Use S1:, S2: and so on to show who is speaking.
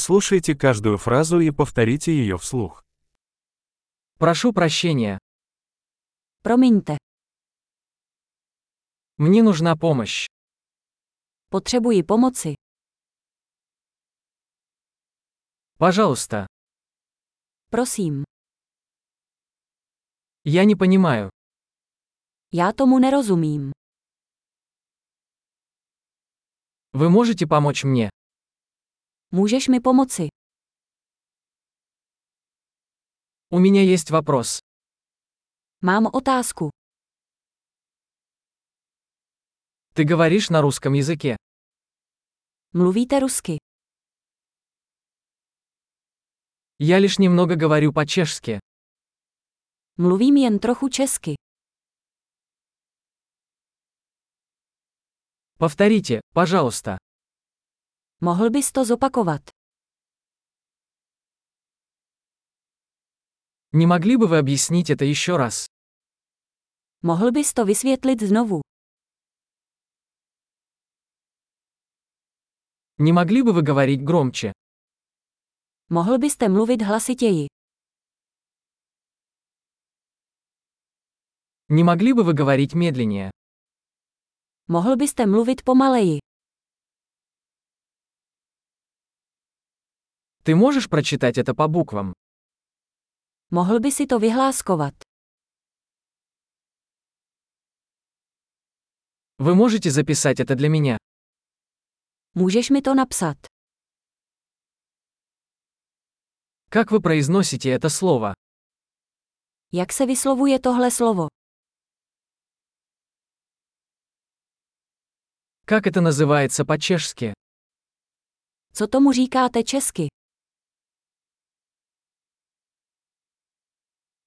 S1: Прослушайте каждую фразу и повторите ее вслух.
S2: Прошу прощения.
S3: Promiňte,
S2: Мне нужна помощь.
S3: potřebuji pomoci.
S2: Пожалуйста.
S3: Prosím,
S2: Я не понимаю.
S3: já tomu nerozumím.
S2: Вы можете помочь мне?
S3: Můžeš mi pomoci?
S2: У меня есть вопрос.
S3: Mám otázku.
S2: Ты говоришь на русском языке?
S3: Mluvíte rusky?
S2: Я лишь немного говорю по-чешски.
S3: Mluvím jen trochu česky.
S2: Повторите, пожалуйста.
S3: Mohl bys to zopakovat?
S2: Не могли бы вы объяснить это еще раз?
S3: Mohl bys to vysvětlit znovu?
S2: Не могли бы вы говорить громче?
S3: Mohl byste mluvit hlasitěji?
S2: Не могли бы вы говорить медленнее?
S3: Mohl byste mluvit pomaleji?
S2: Ты можешь прочитать это по буквам?
S3: Mohl by si to vyhláskovat?
S2: Вы можете записать это для меня?
S3: Můžeš mi to napsat?
S2: Как вы произносите это слово?
S3: Jak se vyslovuje tohle slovo?
S2: Как это называется по-чешски?
S3: Co tomu říkáte česky?